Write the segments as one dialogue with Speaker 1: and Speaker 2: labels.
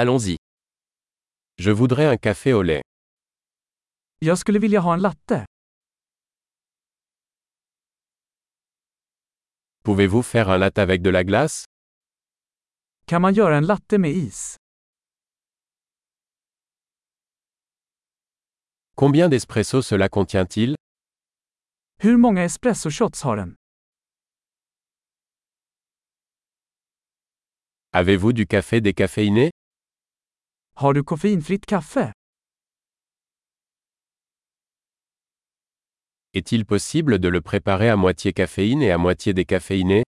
Speaker 1: Allons-y. Je voudrais un café au lait.
Speaker 2: Jag skulle vilja ha en latte.
Speaker 1: Pouvez-vous faire un latte avec de la glace
Speaker 2: Kan man göra en latte med is?
Speaker 1: Combien d'espresso cela contient-il
Speaker 2: Hur många espresso shots har den?
Speaker 1: Avez-vous du café décaféiné
Speaker 2: Har du koffeinfritt kaffe?
Speaker 1: Est-il possible de le préparer à moitié caféine et à moitié décaféiné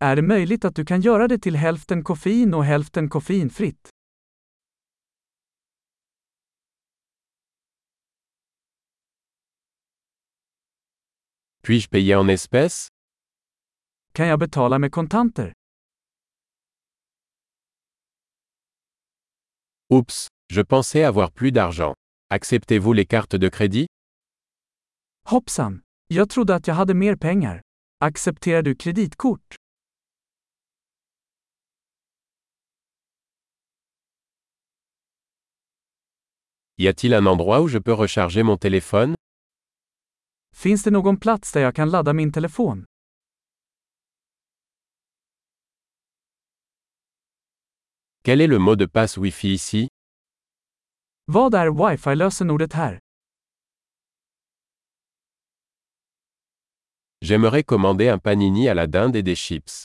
Speaker 2: Är det möjligt att du kan göra det till hälften koffein och hälften koffeinfritt?
Speaker 1: Puis-je payer en espèces
Speaker 2: Kan jag betala med kontanter?
Speaker 1: Oups, je pensais avoir plus d'argent. Acceptez-vous les cartes de crédit
Speaker 2: Hoppsan! Jag trodde att jag hade mer pengar. Accepterar du kreditkort?
Speaker 1: Y a-t-il un endroit où je peux recharger mon téléphone
Speaker 2: Finns det någon plats där jag kan ladda min telefon?
Speaker 1: Quel est le mot de passe Wi-Fi ici
Speaker 2: Vad är wifi-lösenordet här?
Speaker 1: J'aimerais commander un panini à la dinde et des chips.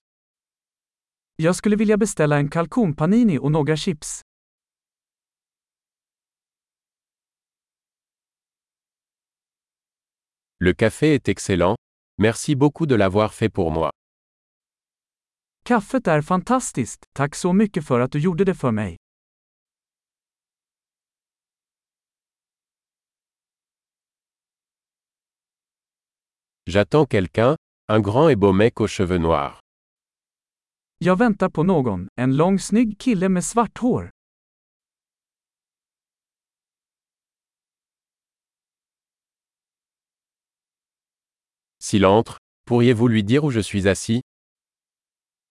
Speaker 2: Jag skulle vilja beställa en kalkonpanini och några chips.
Speaker 1: Le café est excellent. Merci beaucoup de l'avoir fait pour moi.
Speaker 2: Kaffet är fantastiskt, tack så mycket för att du gjorde det för mig.
Speaker 1: J'attends quelqu'un, un grand et beau mec aux cheveux noirs.
Speaker 2: Jag väntar på någon, en lång snygg kille med svart hår.
Speaker 1: S'il entre, pourriez-vous lui dire où je suis assis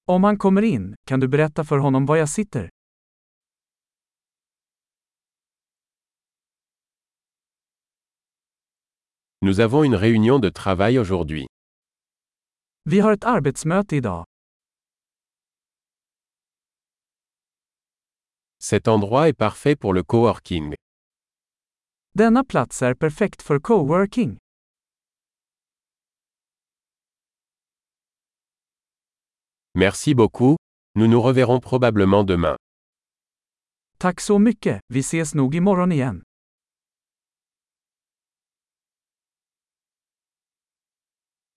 Speaker 2: Om han kommer in, kan du berätta för honom var jag sitter?
Speaker 1: Nous avons une réunion de travail aujourd'hui.
Speaker 2: Vi har ett arbetsmöte idag.
Speaker 1: Cet endroit est parfait pour le coworking.
Speaker 2: Denna plats är perfekt för coworking.
Speaker 1: Merci beaucoup, nous nous reverrons probablement demain.
Speaker 2: Tack så mycket, vi ses nog imorgon igen.